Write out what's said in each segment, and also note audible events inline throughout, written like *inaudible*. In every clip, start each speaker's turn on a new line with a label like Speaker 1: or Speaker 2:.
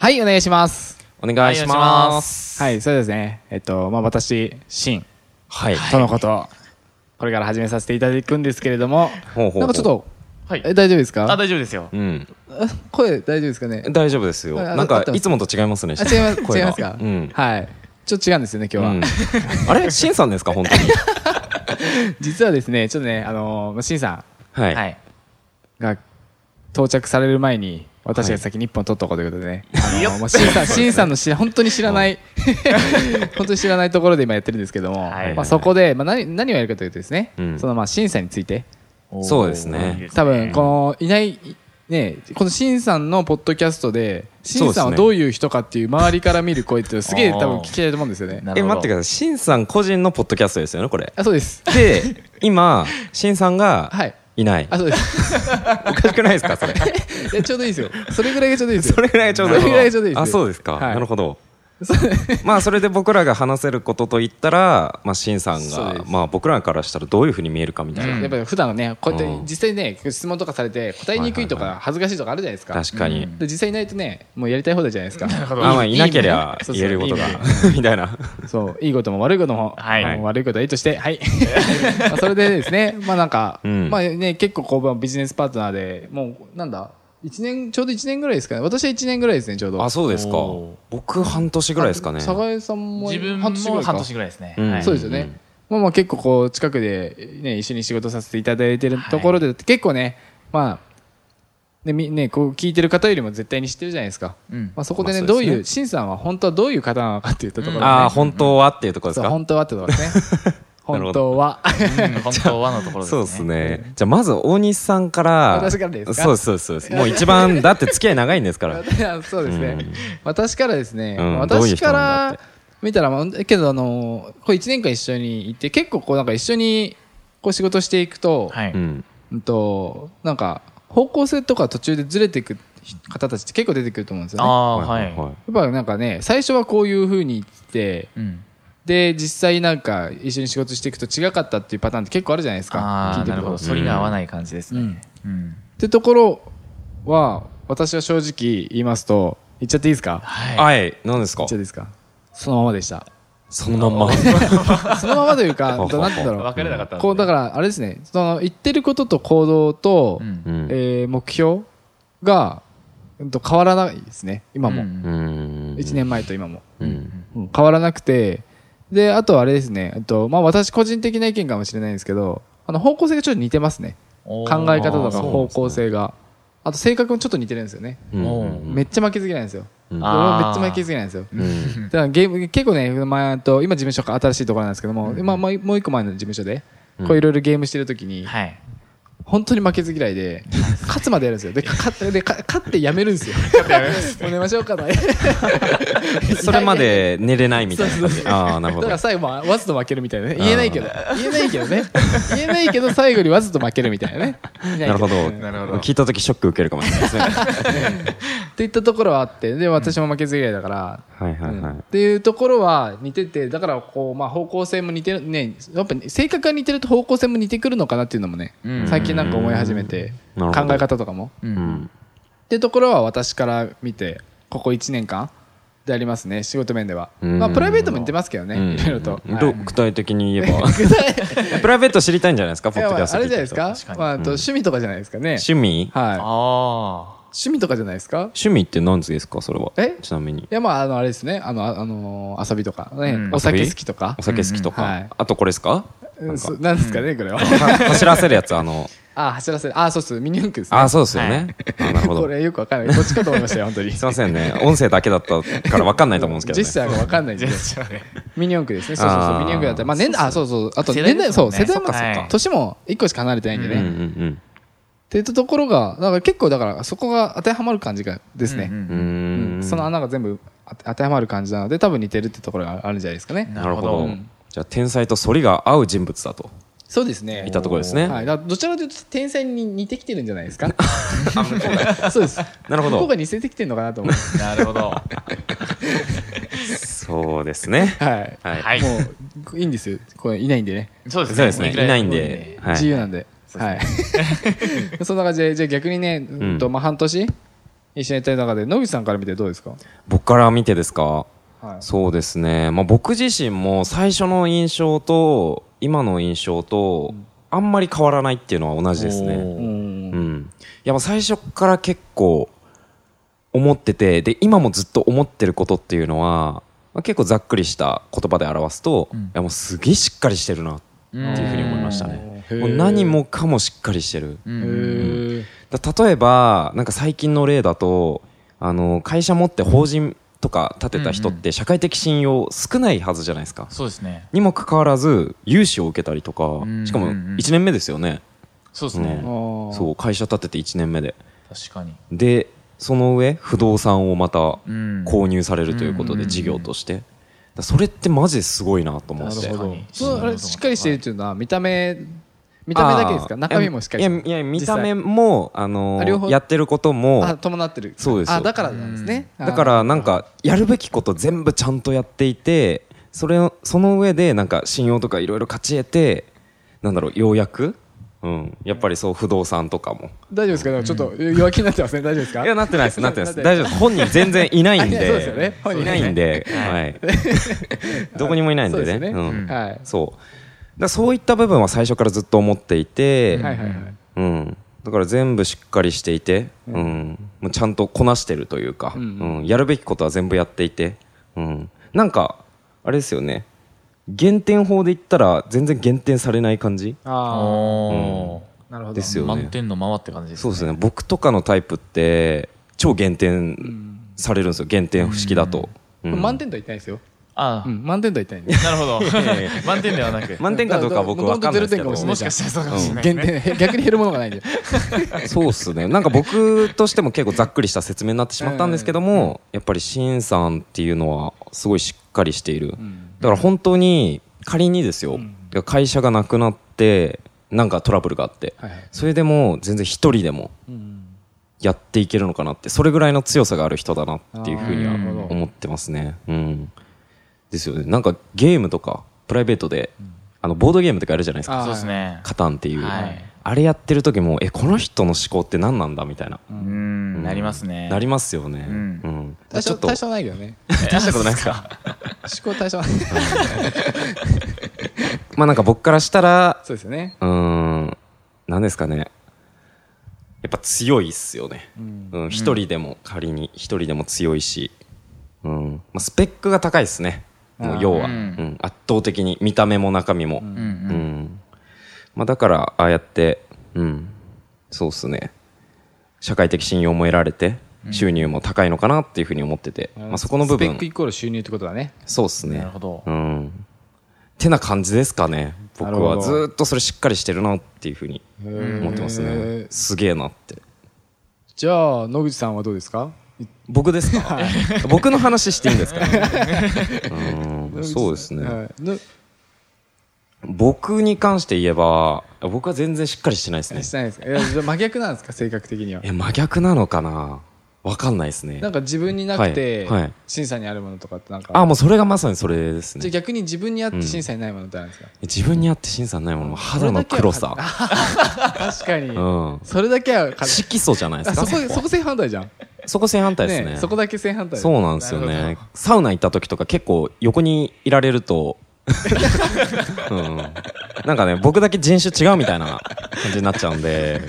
Speaker 1: はい、お願いします。
Speaker 2: お願いします。
Speaker 1: はい、そうですね。えっと、まあ、私、シン
Speaker 2: はい。
Speaker 1: とのこと、これから始めさせていただくんですけれども、
Speaker 2: ほうほうほう
Speaker 1: なんかちょっと、
Speaker 3: はい。
Speaker 1: え、大丈夫です
Speaker 3: あ、
Speaker 1: か
Speaker 3: 大丈夫ですよ。
Speaker 2: うん。
Speaker 1: 声大丈夫ですかね
Speaker 2: 大丈夫ですよ。
Speaker 1: あ
Speaker 2: なん
Speaker 1: 合っ
Speaker 2: か
Speaker 1: て、ます
Speaker 2: いつもと違いますね。
Speaker 1: あ、違います、違
Speaker 2: *laughs* 声
Speaker 1: い
Speaker 2: が
Speaker 1: ますか
Speaker 2: うん。
Speaker 1: はい。ちょっと違うんですよね、今日は。
Speaker 2: うんあれシンさんですか本当
Speaker 1: *laughs*
Speaker 2: に。
Speaker 1: 実はですね、ちょっとね、あのーまあ、シンさ
Speaker 2: はい。
Speaker 3: はい。
Speaker 1: んが到着される前に、私が先に一本取っとこうということでね。あのーまあシンさん、 *laughs* シンさんの知ら、本当に知らない、 *laughs* 本当に知らないところで今やってるんですけども、
Speaker 3: はい
Speaker 1: まあ、そこで、まあ、何、何をやるかというとですね、
Speaker 2: うん
Speaker 1: その、まあ、シンさんについて、
Speaker 3: おー
Speaker 2: そうですね
Speaker 3: いい
Speaker 1: 多分このいないねこのしんさんのポッドキャストでしんさん
Speaker 2: そうです
Speaker 1: は
Speaker 2: ね
Speaker 1: どういう人かっていう周りから見る声ってすげえ多分聞きたいと思うんですよね
Speaker 3: なる
Speaker 2: え、
Speaker 3: ほど
Speaker 2: 待ってください。シンさん個人のポッドキャストですよね、これ。
Speaker 1: あそうです *laughs*
Speaker 2: で、今、シンさん
Speaker 1: は
Speaker 2: が
Speaker 1: い
Speaker 2: いない
Speaker 1: あ。そうです *laughs*
Speaker 2: おかしくないですか *laughs* それ。
Speaker 1: いやちょうどいいですよそれぐらいがちょうどいいですよ
Speaker 2: それぐらいちょうど
Speaker 1: それぐらいちょうどいいです
Speaker 2: あ、そうですか。
Speaker 1: はい
Speaker 2: なるほど。まあ、それで僕らが話せることといったら、まあ、シンさん
Speaker 1: そうで
Speaker 2: が、
Speaker 1: す
Speaker 2: まあ、僕らからしたらどういうふうに見えるかみたい
Speaker 1: や
Speaker 2: な。
Speaker 1: っぱり普段はねこうやって
Speaker 2: うん
Speaker 1: 実際ね質問とかされて答えにくいと
Speaker 2: はいはい
Speaker 1: か恥ずかしいとかあるじゃないですか
Speaker 2: 確かに。
Speaker 1: で実際いないとねもうやりたい放題じゃないですか
Speaker 2: あ *laughs* まあ、いなけりゃ
Speaker 1: そうそう
Speaker 2: 言えることが
Speaker 1: いいね、
Speaker 2: *laughs* みたいな。
Speaker 1: そういいことも悪いことも、
Speaker 3: はい
Speaker 1: あの悪いことはいいとして、はいまあそれでです
Speaker 3: *laughs*
Speaker 1: ね、まあなんか、
Speaker 2: うん
Speaker 1: まあね、結構こうまあビジネスパートナーで、もうなんだ、一年、ちょうど1年ぐらいですかね、私は1年ぐらいですね、ちょうど。
Speaker 2: あ、そうですか
Speaker 3: おー。
Speaker 2: 僕、半年ぐらいですかね。
Speaker 1: 寒河江さんも
Speaker 3: 自分も
Speaker 1: 半
Speaker 3: 半
Speaker 1: 年ぐらい
Speaker 3: 年
Speaker 1: か
Speaker 3: ぐらいですね。
Speaker 2: うん
Speaker 3: はい
Speaker 1: そうですよね。まあまあ結構こう、近くで、ね、一緒に仕事させていただいてるところで、結構ね、まあ、ね、みね、こう聞いてる方よりも絶対に知ってるじゃないですか。 *laughs*
Speaker 3: うん
Speaker 1: まあそこでね、
Speaker 2: まあそ
Speaker 1: ど
Speaker 2: う
Speaker 1: う
Speaker 2: ですね
Speaker 1: いう、シンさんは本当はどういう方なのかって言ったところ、ね
Speaker 2: ああ、本当はっていうところです
Speaker 1: そう
Speaker 2: か。
Speaker 1: 本当はってところですね。
Speaker 2: な
Speaker 1: 本
Speaker 2: るほど
Speaker 1: 当は。
Speaker 3: うん本当はのところです
Speaker 2: そう
Speaker 3: ね。
Speaker 2: ですね。じゃあ、まず大西さんから。
Speaker 1: 私からですか
Speaker 2: そうそうそうです。もう一番、だって付き合い長いんですから。
Speaker 1: いや *laughs* そうですね、
Speaker 2: うん
Speaker 1: 私からですね、
Speaker 2: うんどういう
Speaker 1: 私
Speaker 2: 人
Speaker 1: か
Speaker 2: なんだ
Speaker 1: ら
Speaker 2: って
Speaker 1: 見たら、まあ、けどあのこう1年間一緒にいて結構こうなんか一緒にこう仕事していくと,、
Speaker 3: はい。
Speaker 2: うん。
Speaker 1: うんとなんか方向性とか途中でずれていく方たちって結構出てくると思うんですよ
Speaker 3: あ
Speaker 1: ね
Speaker 3: あ、はい。
Speaker 1: やっぱなんかね最初はこういうふうに言って
Speaker 3: うん。
Speaker 1: で実際なんか一緒に仕事していくと違かったっていうパターンって結構あるじゃないですか
Speaker 3: あ
Speaker 1: 聞い
Speaker 3: あ、
Speaker 1: て
Speaker 3: な
Speaker 1: る
Speaker 3: るほ
Speaker 1: と
Speaker 3: ど。反りが合わない感じですね。うん。
Speaker 1: ってところは私は正直言いますと言っちゃっていいですか言っ
Speaker 3: はい。
Speaker 2: はい。何ですか
Speaker 1: ちゃっていいですかそのままでした
Speaker 2: そのまんま。
Speaker 1: そのままというか、
Speaker 2: *laughs* ほ
Speaker 1: な
Speaker 2: うんほ
Speaker 1: て言
Speaker 2: うほう
Speaker 1: うんだろ
Speaker 3: 別れなかったん
Speaker 1: う。
Speaker 3: で
Speaker 1: こう、だから、あれですね、その、言ってることと行動と
Speaker 3: う、ん
Speaker 2: う。ん。
Speaker 1: *laughs* えー目標が、うんと変わらないですね、今
Speaker 3: う
Speaker 1: も。
Speaker 3: ん
Speaker 2: うん。
Speaker 1: 1年前と今も。
Speaker 2: うん。
Speaker 1: うん変わらなくて、で、あとあれですね、えっと、まあ私個人的な意見かもしれないんですけど、あの、方向性がちょっと似てますね。
Speaker 3: おー
Speaker 1: 考え方と
Speaker 2: あーそうなんです
Speaker 1: か
Speaker 2: ね
Speaker 1: 方向性が。あと性格もちょっと似てるんですよね。
Speaker 2: うん
Speaker 3: お
Speaker 2: う
Speaker 3: う
Speaker 2: ん
Speaker 1: めっちゃ負けず嫌いなんですよ。
Speaker 2: うん
Speaker 1: 俺もめっちゃ負
Speaker 3: あ
Speaker 1: け
Speaker 3: ー
Speaker 1: ず嫌いなんですよ。 *laughs*
Speaker 2: うん
Speaker 1: だからゲーム結構ね、まあ、と今事務所が新しいところなんですけども、まあ、もうもう一個前の事務所で
Speaker 2: うん
Speaker 1: こういろいろゲームしてる時に、
Speaker 3: はい。
Speaker 1: 本当に負けず嫌い
Speaker 2: *laughs*
Speaker 1: で勝つまでやるんですよで勝っでか勝ってやめるんですよもう寝ましょうかな
Speaker 2: *laughs* それまで寝れないみたいな感
Speaker 1: そうそう
Speaker 2: じ。
Speaker 1: そう
Speaker 2: ああ、
Speaker 1: だ
Speaker 2: なる
Speaker 1: *laughs*
Speaker 2: ほ
Speaker 1: か
Speaker 2: ど
Speaker 1: ら。最後はわずと負けるみたいなね言えないけど言えないけどね言えないけど最後にわずと負けるみたいなね
Speaker 2: なるほど。
Speaker 3: なるほど
Speaker 2: 聞いたときショック受けるかもしれないですね。
Speaker 1: っていったところはあってで私も負けず嫌いだから、
Speaker 2: はいは
Speaker 1: *laughs* う
Speaker 2: い
Speaker 1: ん
Speaker 2: は
Speaker 1: っていうところは似ててだからこう、まあ、方向性も似てるねやっぱ性格が似てると方向性も似てくるのかなっていうのもね、
Speaker 3: うん
Speaker 1: 最近なんか思い始めて
Speaker 2: うんな
Speaker 1: 考
Speaker 2: るほど
Speaker 1: え方とかも
Speaker 3: う。
Speaker 2: い。うんん。
Speaker 1: っていうところは私から見てここ1年間でありますね仕事面では、
Speaker 2: うん
Speaker 1: まあ、プライベートも似てますけどね、
Speaker 2: うん
Speaker 1: いろいろと、はい *laughs*
Speaker 2: どう具体的に言えば。 *laughs* プライベート知りたいんじゃないですかポ
Speaker 1: い
Speaker 2: ッ
Speaker 1: や
Speaker 2: ド
Speaker 1: ま
Speaker 2: キ
Speaker 1: あ
Speaker 2: ャスト
Speaker 1: あ
Speaker 2: 聞
Speaker 1: れ
Speaker 2: い
Speaker 1: じ
Speaker 2: て
Speaker 1: ゃない
Speaker 2: る
Speaker 1: ですか
Speaker 2: と。
Speaker 3: 確かに
Speaker 1: まあ、あと趣味とかじゃないですかね、
Speaker 2: 趣味
Speaker 1: はい、
Speaker 3: あ
Speaker 1: 趣味とかじゃないですか
Speaker 2: 趣味って何ですかそれは。
Speaker 1: え
Speaker 2: ちなみに
Speaker 1: い。やまああのあれですねあの、ああのー遊びとか、ね
Speaker 3: うん
Speaker 1: お酒好きとか
Speaker 2: お酒好きと
Speaker 1: うんうんは
Speaker 2: か
Speaker 1: い。
Speaker 2: あとこれですか
Speaker 1: うんそなんですかねこれは
Speaker 2: 走らせるやつ、あ
Speaker 1: *laughs*
Speaker 2: の、
Speaker 1: あ走らせるあそうそうミニ四駆ですね
Speaker 2: あ、そうですよね。あなるほ
Speaker 1: こ
Speaker 2: ど。
Speaker 1: れよくわかんないこっちかと思いましたよ本当に
Speaker 2: すいませんね。音声だけだったから分かんないと思うん
Speaker 1: ジェ
Speaker 2: で
Speaker 1: ス
Speaker 2: す
Speaker 1: チ
Speaker 2: けど
Speaker 1: ャーがわかんないん
Speaker 3: あ。
Speaker 1: で
Speaker 3: ジェスチャーね。
Speaker 1: ミニ四駆ですね。そうそう
Speaker 2: あ
Speaker 1: そ
Speaker 2: ー
Speaker 1: う。ミニ四駆だったら、まあ年代、あ、そうそう。あと
Speaker 3: 世
Speaker 1: 年
Speaker 3: 代
Speaker 1: 代、
Speaker 3: です
Speaker 1: そう、
Speaker 3: もんね
Speaker 1: 世代も
Speaker 3: そっかそっか、
Speaker 1: 年も一個しか離れてないんで
Speaker 2: ね。うん
Speaker 1: ね。
Speaker 2: うん
Speaker 1: っていったところがだから結構だからそこが当てはまる感じがですね、
Speaker 3: う
Speaker 2: う
Speaker 3: んうん
Speaker 2: ーん
Speaker 1: その穴が全部当て当てはまる感じなので多分似てるってところがあるんじゃないですかね、
Speaker 2: なるほど、
Speaker 1: なるほど
Speaker 2: じゃあ天才と反りが合う人物だと
Speaker 1: そうですね
Speaker 2: いたところですね
Speaker 1: はい、だからどちらかというと天才に似てきてるんじゃないですかそうです
Speaker 2: なる
Speaker 1: 向
Speaker 2: ほ
Speaker 1: こう
Speaker 2: ど
Speaker 1: が似せてきてるのかなと思う
Speaker 3: なるほど。
Speaker 2: *laughs* そうですね
Speaker 1: はい、
Speaker 2: はい、
Speaker 3: はい。
Speaker 1: もういいんですよこれいないんでね
Speaker 3: そうで
Speaker 2: そう
Speaker 3: すね。
Speaker 2: ですねい
Speaker 3: ぐら
Speaker 2: ないんで、はい、
Speaker 1: 自由なんで、
Speaker 3: そうです
Speaker 1: はい *laughs* そんな感じでじゃあ逆にね、うんとまあ、半年一緒にいた中で野口さんから見てどうですか、
Speaker 2: 僕から見てですか
Speaker 1: はい、
Speaker 2: そうですね、まあ、僕自身も最初の印象と今の印象とあんまり変わらないっていうのは同じですね、
Speaker 1: う
Speaker 3: おー
Speaker 1: ん
Speaker 2: うん、いやまあ最初から結構思っててで今もずっと思ってることっていうのは、まあ、結構ざっくりした言葉で表すと、
Speaker 3: うん
Speaker 2: いやもうすげえしっかりしてるな
Speaker 3: うん
Speaker 2: っていうふうに思いましたね
Speaker 1: へー
Speaker 2: もう何もかもしっかりしてる
Speaker 3: う
Speaker 1: へ
Speaker 3: ん。
Speaker 1: ー
Speaker 2: だ例えばなんか最近の例だとあの会社持って法人とか立てた人っ
Speaker 3: うん
Speaker 2: て社会的信用少ないはずじゃないですか
Speaker 3: そうですね。
Speaker 2: にもかかわらず融資を受けたりとか
Speaker 3: ん
Speaker 2: しかも1年目ですよね
Speaker 3: そうです
Speaker 1: あ
Speaker 3: ね。
Speaker 1: ー
Speaker 2: そう会社立てて1年目で
Speaker 3: 確かに。
Speaker 2: でその上不動産をまた
Speaker 3: うん
Speaker 2: 購入されるということ
Speaker 3: うんうんうんう
Speaker 2: で
Speaker 3: ん
Speaker 2: 事業としてだそれってマジですごいなと思
Speaker 1: な
Speaker 2: っ
Speaker 1: る
Speaker 2: て
Speaker 1: ほど
Speaker 3: 確かに
Speaker 1: そのあれしっかりしてるっていうのは見た目見た目だけですか
Speaker 2: あー
Speaker 1: 中身もしっかり
Speaker 2: い
Speaker 1: して
Speaker 2: や
Speaker 1: る
Speaker 2: いや見た目もあの
Speaker 1: あ両方
Speaker 2: やってることも
Speaker 1: あ伴ってる
Speaker 2: そうですよ
Speaker 1: あだからなんですね
Speaker 2: だからなんかやるべきこと全部ちゃんとやっていてそれをその上でなんか信用とかいろいろ勝ち得てなんだろうようやく、うん、やっぱりそう不動産とかも
Speaker 1: 大丈夫ですかでもちょっと弱気になってますね大丈夫ですか
Speaker 2: いやなっ
Speaker 1: *laughs*
Speaker 2: てないですなってないです
Speaker 1: なっ
Speaker 2: 大
Speaker 1: て
Speaker 2: 丈夫です本人全然いないん
Speaker 1: あいやそうですよね
Speaker 2: で
Speaker 1: 本人
Speaker 2: いないんで、
Speaker 1: *laughs*
Speaker 2: はい、どこにもいないんで
Speaker 1: そう
Speaker 2: ね
Speaker 1: ですね
Speaker 2: うん
Speaker 1: はい
Speaker 2: そうだからそういった部分は最初からずっと思っていて、
Speaker 1: はいはいはい
Speaker 2: うん、だから全部しっかりしていて、うんもうちゃんとこなしてるというか、
Speaker 1: う
Speaker 2: うんんやるべきことは全部やっていて、うん、なんかあれですよね減点法で言ったら全然減点されない感じ
Speaker 1: あ
Speaker 3: お
Speaker 1: あなるほど
Speaker 2: ですよ
Speaker 3: ー。
Speaker 2: ね
Speaker 3: 満点のままって感じです
Speaker 2: そう
Speaker 3: ね。
Speaker 2: ですね僕とかのタイプって超減点されるんですよ減点不式だと、うん
Speaker 1: 満点とは言ってないですよ
Speaker 3: あ
Speaker 1: うん満点とは言 *laughs* ってないんで
Speaker 3: あ、なるほど。満点ではなく。
Speaker 2: 満点かどうかは僕分かんないですけど
Speaker 1: もとも
Speaker 3: も
Speaker 1: と
Speaker 3: し
Speaker 1: 0点
Speaker 3: か
Speaker 1: も
Speaker 3: し
Speaker 1: しれ
Speaker 3: たらそうか
Speaker 2: かもしれ
Speaker 3: もしれな。
Speaker 1: *laughs*
Speaker 2: ない
Speaker 1: 減点逆に減るものがないんで
Speaker 2: そうですねなんか僕としても結構ざっくりした説明になってしまったんですけども、やっぱりシンさんっていうのはすごいしっかりしている、だから本当に仮にですよ、会社がなくなってなんかトラブルがあって、
Speaker 1: はい
Speaker 2: *laughs*
Speaker 1: はい
Speaker 2: それでも全然一人でもやっていけるのかなってそれぐらいの強さがある人だなっていうふうには
Speaker 1: あーなるほど
Speaker 2: 思ってますね、うん、ですよねなんかゲームとかプライベートで、あのボードゲームとかやるじゃないですか
Speaker 1: あ
Speaker 3: そうですね。
Speaker 2: カタンっていう、
Speaker 3: はい
Speaker 2: あれやってる時もえこの人の思考って何なんだみたいな、
Speaker 3: うん、なりますね。
Speaker 2: なりますよね、
Speaker 3: う
Speaker 2: うんん
Speaker 1: 対
Speaker 2: ちょ
Speaker 1: 象
Speaker 2: っと
Speaker 1: 対象ないけどね
Speaker 2: 大したことないですか
Speaker 1: 思考対象ない
Speaker 2: *laughs* まあなんか僕からしたら
Speaker 1: そうですよね
Speaker 2: うーん何ですかねやっぱ強いっすよね
Speaker 1: うん
Speaker 2: うん一、人でも仮に一人でも強いし、うんまあ、スペックが高いっすね
Speaker 1: あ
Speaker 2: も
Speaker 1: ー
Speaker 2: う要は、
Speaker 3: う
Speaker 2: うんん圧倒的に見た目も中身も、
Speaker 3: うん
Speaker 2: う
Speaker 3: うん。
Speaker 2: んまあ、だからああやって、うん、そうっすね社会的信用も得られて収入も高いのかなっていうふうに思ってて、まあ、そこの部
Speaker 1: スペック
Speaker 2: 分
Speaker 1: イコール収入ってことだね
Speaker 2: そうっすね
Speaker 3: なるほど
Speaker 2: う。んてな感じですかね僕
Speaker 1: なるほ
Speaker 2: は
Speaker 1: ど
Speaker 2: ずーっとそれしっかりしてるなっていうふうに
Speaker 1: ー
Speaker 2: 思ってますねすげえなって
Speaker 1: じゃあ野口さんはどうですか
Speaker 2: 僕ですか僕の話していいんで
Speaker 1: *laughs*
Speaker 2: すかうんそうですね、
Speaker 1: はいぬ
Speaker 2: 僕に関して言えば僕は全然しっかりしてないですね
Speaker 1: してないですかいやじゃあ真逆なんです
Speaker 2: *laughs*
Speaker 1: か性格的には
Speaker 2: え真逆なのかなわかんないですね
Speaker 1: なんか自分になくて、
Speaker 2: はいはい
Speaker 1: 審査にあるものとかってなんか
Speaker 2: あもうそれがまさにそれです
Speaker 1: じゃあ
Speaker 2: ね
Speaker 1: 逆に自分にあって審査にないものってあるんですか、
Speaker 2: 自分に合って審査ないもの肌の黒さ
Speaker 1: 確かに、
Speaker 2: うん
Speaker 1: それだけはか
Speaker 2: 色素じゃないで
Speaker 1: あ
Speaker 2: す
Speaker 1: そ
Speaker 2: か
Speaker 1: こそこ正反対じゃん、
Speaker 2: そこ正反対ですね
Speaker 1: ねそこだけ正反対
Speaker 2: そうなんですよ
Speaker 3: なる
Speaker 2: ねサウナ行った時とか結構横にいられると
Speaker 1: *laughs*
Speaker 2: うんなんかね僕だけ人種違うみたいな感じになっちゃうんで、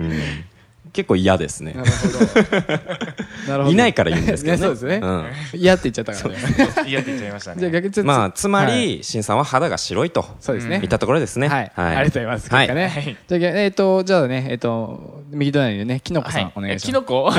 Speaker 2: うん結構嫌ですね
Speaker 1: な。るほど。なるほど。
Speaker 2: いないから言うんですけどね。
Speaker 1: そうですね
Speaker 2: ん
Speaker 1: 嫌って言っちゃったからね。
Speaker 3: いやって言っちゃいましたね。
Speaker 1: じゃあ逆にちょっと、
Speaker 2: まあ、つま
Speaker 1: は
Speaker 2: り、
Speaker 1: い
Speaker 2: シンさんは肌が白いと。
Speaker 1: そうですね。
Speaker 2: いったところですね。
Speaker 1: はい、ありがとうございます。
Speaker 2: はい
Speaker 1: 結果ね
Speaker 3: はい
Speaker 1: じゃあ、えっ、と、じゃあね、えっ、と、右隣でね、きのこ
Speaker 3: は
Speaker 1: さん、
Speaker 3: い、
Speaker 1: お願いし
Speaker 3: キ
Speaker 1: ま
Speaker 3: ノコ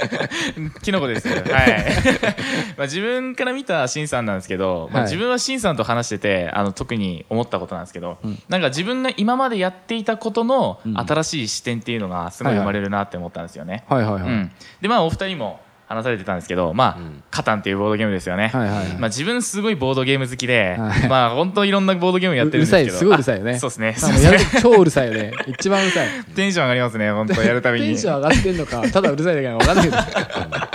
Speaker 3: *laughs* キノコです。はい。 *laughs* まあ自分から見たシンさんなんですけど、まあ
Speaker 1: はい
Speaker 3: 自分はシンさんと話してて、あの特に思ったことなんですけど、なんか自分が今までやっていたことの新しい視点っていうのがすごい生まれるなって思ったんですよね。
Speaker 1: す。はいはいはい。
Speaker 3: うん、でまあお二人も話されてたんですけど、まあ、
Speaker 2: ん
Speaker 3: カタンっていうボードゲームですよね。
Speaker 1: はいはいはい
Speaker 3: まあ自分すごいボードゲーム好きで、
Speaker 1: はい
Speaker 3: まあ本当いろんなボードゲームやってるんですけど、
Speaker 1: ううるさいすごいうるさいよね
Speaker 3: あそうですね。
Speaker 1: まあもうやる超うるさいよ
Speaker 3: *laughs*
Speaker 1: ね。一番うるさい。
Speaker 3: テンション上がりますね、本当やるたびに。
Speaker 1: テンション上がってんのか、ただうるさいだけなのか分かんないけ
Speaker 3: *laughs*
Speaker 1: ど。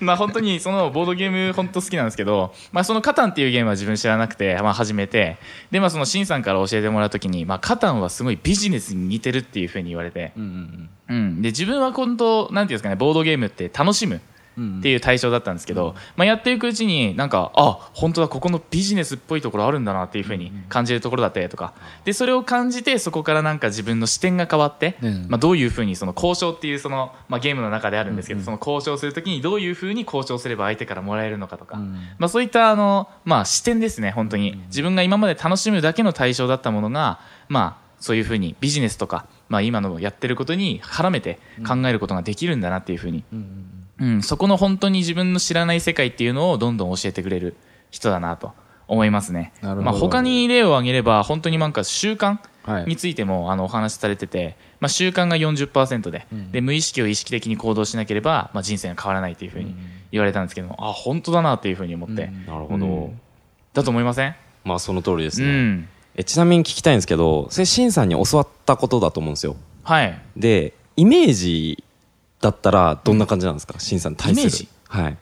Speaker 3: まあ本当にそのボードゲーム本当好きなんですけど、まあそのカタンっていうゲームは自分知らなくて、まあ始めて、でまあそのシンさんから教えてもらうときに、まあカタンはすごいビジネスに似てるっていうふうに言われて、うん。で自分は今度、なんていうんですかね、ボードゲームって楽しむ。っていう対象だったんですけど、まあ、やっていくうちになんかあ本当だここのビジネスっぽいところあるんだなっていうふうに感じるところだったりとかでそれを感じてそこからなんか自分の視点が変わって、
Speaker 1: うん
Speaker 3: まあ、どういうふうにその交渉っていうその、まあ、ゲームの中であるんですけど、その交渉するときにどういうふうに交渉すれば相手からもらえるのかとか、まあ、そういったあの、まあ、視点ですね本当に、自分が今まで楽しむだけの対象だったものが、まあ、そういうふうにビジネスとか、まあ、今のやってることに絡めて考えることができるんだなっていうふうに、うん、そこの本当に自分の知らない世界っていうのをどんどん教えてくれる人だなと思いますね。
Speaker 1: なるほど
Speaker 3: まあ、他に例を挙げれば、本当になんか習慣
Speaker 1: はい
Speaker 3: についてもあのお話しされてて、まあ、習慣が40%で,、で、無意識を意識的に行動しなければ、まあ、人生が変わらないというふうに言われたんですけども、あ、本当だなというふうに思って。
Speaker 2: なるほど
Speaker 3: うんだと思いません
Speaker 2: まあ、その通りです
Speaker 3: う
Speaker 2: ね。
Speaker 3: ん。
Speaker 2: えちなみに聞きたいんですけど、それ、シンさんに教わったことだと思うんですよ。
Speaker 3: はい。
Speaker 2: で、イメージだったら、どんな感じなんですか、シンさんに対する。
Speaker 3: イメージ
Speaker 2: はい。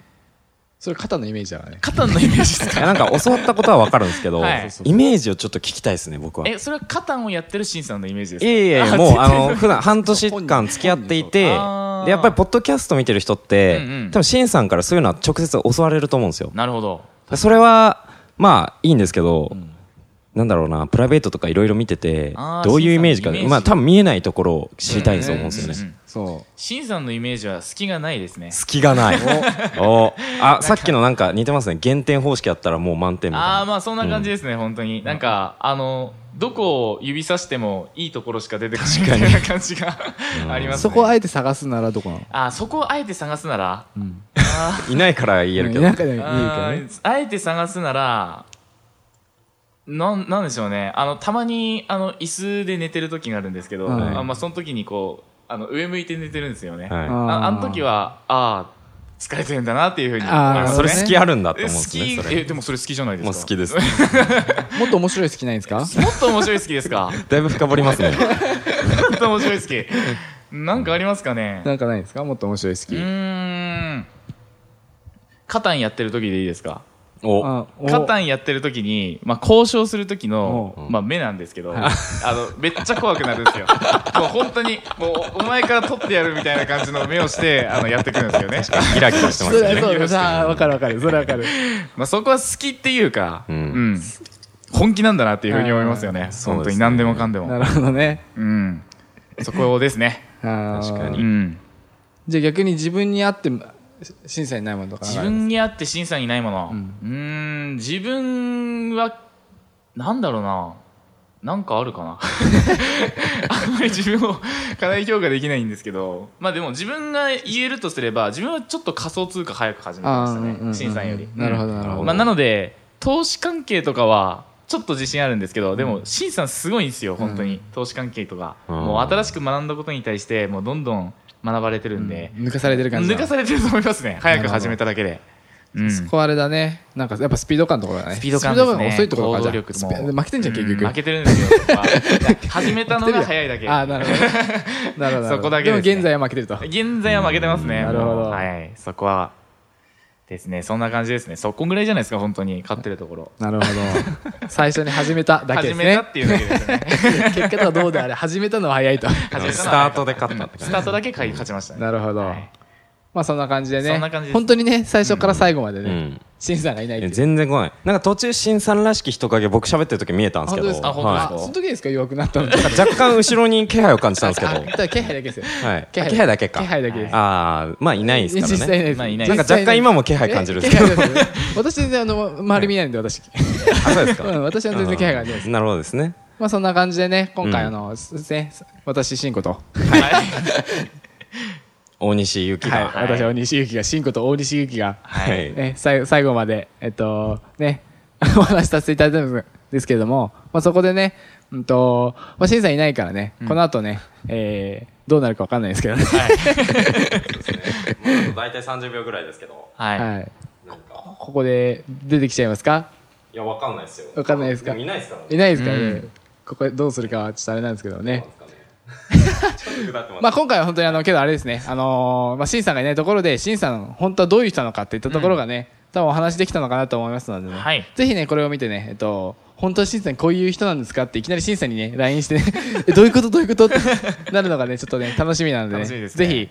Speaker 1: それ肩のイメージだからね。
Speaker 3: カタンのイメージです
Speaker 2: い
Speaker 3: か
Speaker 2: やなんか教わったことはわかるんですけど、
Speaker 3: はい
Speaker 2: イメージをちょっと聞きたいですね、僕は。
Speaker 3: *laughs* え、それはカタンをやってるシンさんのイメージです
Speaker 2: い
Speaker 3: か
Speaker 2: やいやいや
Speaker 3: あ
Speaker 2: もう、
Speaker 3: 全然
Speaker 2: あの、普段半年間付き合っていて、で、
Speaker 3: あー
Speaker 2: やっぱり、ポッドキャスト見てる人って、
Speaker 3: うんうん
Speaker 2: 多分、シンさんからそういうのは直接教われると思うんですよ。
Speaker 3: なるほど。
Speaker 2: それは、まあ、いいんですけど、なんだろうな、プライベートとかいろいろ見てて
Speaker 3: あ、ー
Speaker 2: どういうイメージか、
Speaker 3: シンさんのイメージ
Speaker 2: まあ、多分見えないところを知りたいと思うんですよね。
Speaker 3: うんうんうん
Speaker 1: そ
Speaker 3: シンさんのイメージは隙がないですね。
Speaker 2: 隙がない。おあ、さっきのなんか似てますね。減点方式だったらもう満点みたいな。
Speaker 3: ああーまあそんな感じですね、本当になんかあのどこを指さしてもいいところしか出てこないみたいな感じがあり
Speaker 1: う。
Speaker 3: ます
Speaker 1: そ
Speaker 3: ね
Speaker 1: こをあえて探すならどこなの
Speaker 3: あそこをあえて探すなら、
Speaker 2: いないから言えるけど。
Speaker 1: 中でもいいけど
Speaker 3: あ
Speaker 1: ね。
Speaker 3: ーあえて探すならなんなんでしょうねあのたまにあの椅子で寝てる時があるんですけど、
Speaker 1: はい
Speaker 3: あまあ、その時にこうあの上向いて寝てるんですよね、
Speaker 2: はい
Speaker 1: あー
Speaker 3: ああの時はああ疲れてるんだなっていうふうに
Speaker 1: あー
Speaker 3: 思いま
Speaker 2: あ
Speaker 3: す
Speaker 2: それ
Speaker 1: なるほどね
Speaker 2: 好きあるんだと
Speaker 3: え
Speaker 2: 思うんですね。
Speaker 3: 好
Speaker 2: そ
Speaker 3: きえ
Speaker 2: れ
Speaker 3: でもそれ好きじゃないです
Speaker 2: も
Speaker 3: か
Speaker 2: う好きです。
Speaker 1: もっと面白い好きないんですか
Speaker 3: もっと面白い好きですか
Speaker 2: だいぶ深掘りますね。
Speaker 1: *laughs*
Speaker 3: 本当面白い好き。なんかありますかね
Speaker 1: なんかないんですかもっと面白い好
Speaker 3: う
Speaker 1: き。
Speaker 3: ーん。カタンやってる時でいいですか
Speaker 2: お、
Speaker 1: あお
Speaker 3: カタンやってる時に、まあ、交渉する時
Speaker 2: お
Speaker 3: の
Speaker 2: う、
Speaker 3: まあ、目なんですけど、あの、めっちゃ怖くなるんですよ。もう本当に、もう、お前から取ってやるみたいな感じの目をして、あの、やってくるんですよね。
Speaker 2: ギラギラし
Speaker 1: そ
Speaker 2: てま
Speaker 1: れ
Speaker 2: すね。
Speaker 1: はそうださ
Speaker 3: *laughs*
Speaker 1: あ、わかるわかる。それはわかる。
Speaker 3: まあ、そこは好きっていうか、うんん。本気なんだなっていうふうに思いますよね。
Speaker 2: うですね
Speaker 3: 本当に何でもかんで
Speaker 1: な
Speaker 3: も。
Speaker 1: るほどね。
Speaker 3: うん。そこですね。
Speaker 1: 確
Speaker 2: 確かに
Speaker 3: うん。
Speaker 1: じゃあ逆に自分に合って審査にないものとか
Speaker 3: 自分にあって審査にないものうーん自分はなんだろうななんかある
Speaker 1: *laughs*
Speaker 3: かなあんまり自分を課題評価できないんですけどまあでも自分が言えるとすれば自分はちょっと仮想通貨早く始めました
Speaker 1: あーうんうんうん
Speaker 3: ね審査より
Speaker 1: なるほど
Speaker 3: うん
Speaker 1: なるほど
Speaker 3: まあ、なので投資関係とかはちょっと自信あるんですけどでも審査すごいんですよ本当に、投資関係とか
Speaker 2: うん
Speaker 3: もう新しく学んだことに対してもうどんどん学ばれてるんで、
Speaker 1: 抜かされてる感じだ
Speaker 3: 抜かされてると思いますね早く始めただけで、うん、
Speaker 1: そこはあれだねなんかやっぱスピード感のところだね
Speaker 3: スピード感ですね
Speaker 1: スピードが遅いところかじゃあ
Speaker 3: 行動力も
Speaker 1: スピ負けてんじゃん結
Speaker 3: う
Speaker 1: 局
Speaker 3: 負けてるんですよ僕は始めたのが早いだけ
Speaker 1: ああなるほどね
Speaker 3: *laughs*
Speaker 1: なるほどなるほど
Speaker 3: そこだけですね
Speaker 1: でも現在は負けてると
Speaker 3: 現在は負けてますね
Speaker 1: なるほど
Speaker 3: もうはいそこはですねそんな感じですねそこぐらいじゃないですか本当に勝ってるところ
Speaker 1: なるほど *laughs* 最初に始めただけで
Speaker 3: 始
Speaker 1: す
Speaker 3: めた
Speaker 1: ね
Speaker 3: っていうだけですね
Speaker 1: *laughs* 結果とはどうであれ始めたのは早いと
Speaker 3: 始めたのは
Speaker 2: スタートで勝ったって
Speaker 3: スタートだけ勝ちましたね
Speaker 1: なるほど
Speaker 3: はい
Speaker 1: まあそんな感じでね
Speaker 3: そんな感じです
Speaker 1: 本当にね最初から最後まで
Speaker 2: う
Speaker 1: ね、
Speaker 2: ん
Speaker 1: シンさんがいないって
Speaker 2: え
Speaker 1: いう
Speaker 2: 全然来ないなんか途中新さんらしき人影僕喋ってる時見えたんですけ
Speaker 1: 本当
Speaker 2: ど
Speaker 1: ですか
Speaker 3: あ本当です
Speaker 2: は
Speaker 1: あその時ですか弱くなったの
Speaker 2: い、若干後ろに気配を感じたんですけ
Speaker 1: *laughs*
Speaker 2: ど
Speaker 1: あただ気配だけですよ
Speaker 2: はい、気配だけか
Speaker 1: 気配だけです
Speaker 2: ああまあいないです
Speaker 1: 実
Speaker 2: から
Speaker 1: 際
Speaker 2: ね
Speaker 1: です
Speaker 3: まあいない
Speaker 2: なんか若干今も気配感じるんですけ
Speaker 1: 気
Speaker 2: ど
Speaker 1: 配ですよね私全然あの周り見ないんで私
Speaker 2: あそうです
Speaker 1: *laughs*
Speaker 2: か、
Speaker 1: うん私は全然気配がないです
Speaker 2: なるほどですね
Speaker 1: まあそんな感じでね今回
Speaker 2: うん
Speaker 1: あのね私シンコと
Speaker 2: 大西ゆき
Speaker 1: はい
Speaker 2: がはい、
Speaker 1: 私大西ゆきがシンコと大西ゆきがね、さい最後まで、えっと、ね、 *laughs* お話しさせていただいたんですけれども、まあ、そこでね、うんと、まあ、シンさんいないからね、この後ね、えーどうなるかわかんないですけどね。 *laughs*
Speaker 2: もう大体30秒ぐらいですけど
Speaker 3: はい。はい。
Speaker 1: はい。
Speaker 2: なんか
Speaker 1: ここで出てきちゃいますか
Speaker 2: いやわかんないですよ
Speaker 1: わかんないですか
Speaker 2: もういないですから
Speaker 1: い
Speaker 2: ね
Speaker 1: ないですからね。
Speaker 3: うん
Speaker 1: ここでどうするかはちょっとあれなんですけどね
Speaker 2: ど。うなんですかねちょっと下ってます
Speaker 1: まあ今回は本当にあの、けどあれですね、あのーまあ、シンさんがいないところで、シンさん本当はどういう人なのかっていったところがね、多分お話できたのかなと思いますのでね、
Speaker 3: はい
Speaker 1: ぜひね、これを見てね、えっと、本当はシンさんこういう人なんですかっていきなりシンさんにね、LINE してね、 *laughs* えどういうことどういうことってなるのがね、ちょっとね、楽しみなので,、
Speaker 3: 楽しみです
Speaker 1: ぜ
Speaker 3: ね
Speaker 1: ひ、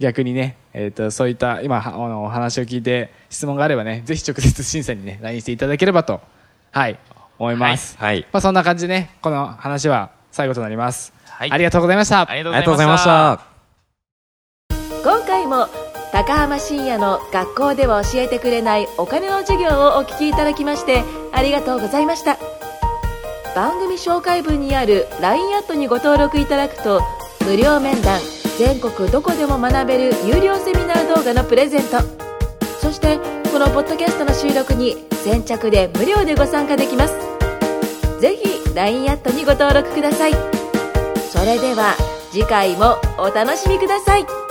Speaker 1: 逆にね、えっと、そういった今はあのお話を聞いて質問があればね、ぜひ直接シンさんにね、LINE していただければと、はい、思います。
Speaker 2: はい
Speaker 1: まあそんな感じでね、この話は最後となります。
Speaker 3: はい
Speaker 1: ありがとうございました。
Speaker 3: あり
Speaker 2: あり
Speaker 3: が
Speaker 2: が
Speaker 3: と
Speaker 2: と
Speaker 3: う
Speaker 2: う
Speaker 3: ご
Speaker 2: ご
Speaker 3: ざ
Speaker 2: ざい
Speaker 3: い
Speaker 2: ま
Speaker 3: まし。
Speaker 2: したた
Speaker 4: 今回も高浜深也の学校では教えてくれないお金の授業をお聞きいただきましてありがとうございました番組紹介文にある LINE アットにご登録いただくと無料面談全国どこでも学べる有料セミナー動画のプレゼントそしてこのポッドキャストの収録に先着で無料でご参加できますぜひ LINE アットにご登録くださいそれでは次回もお楽しみください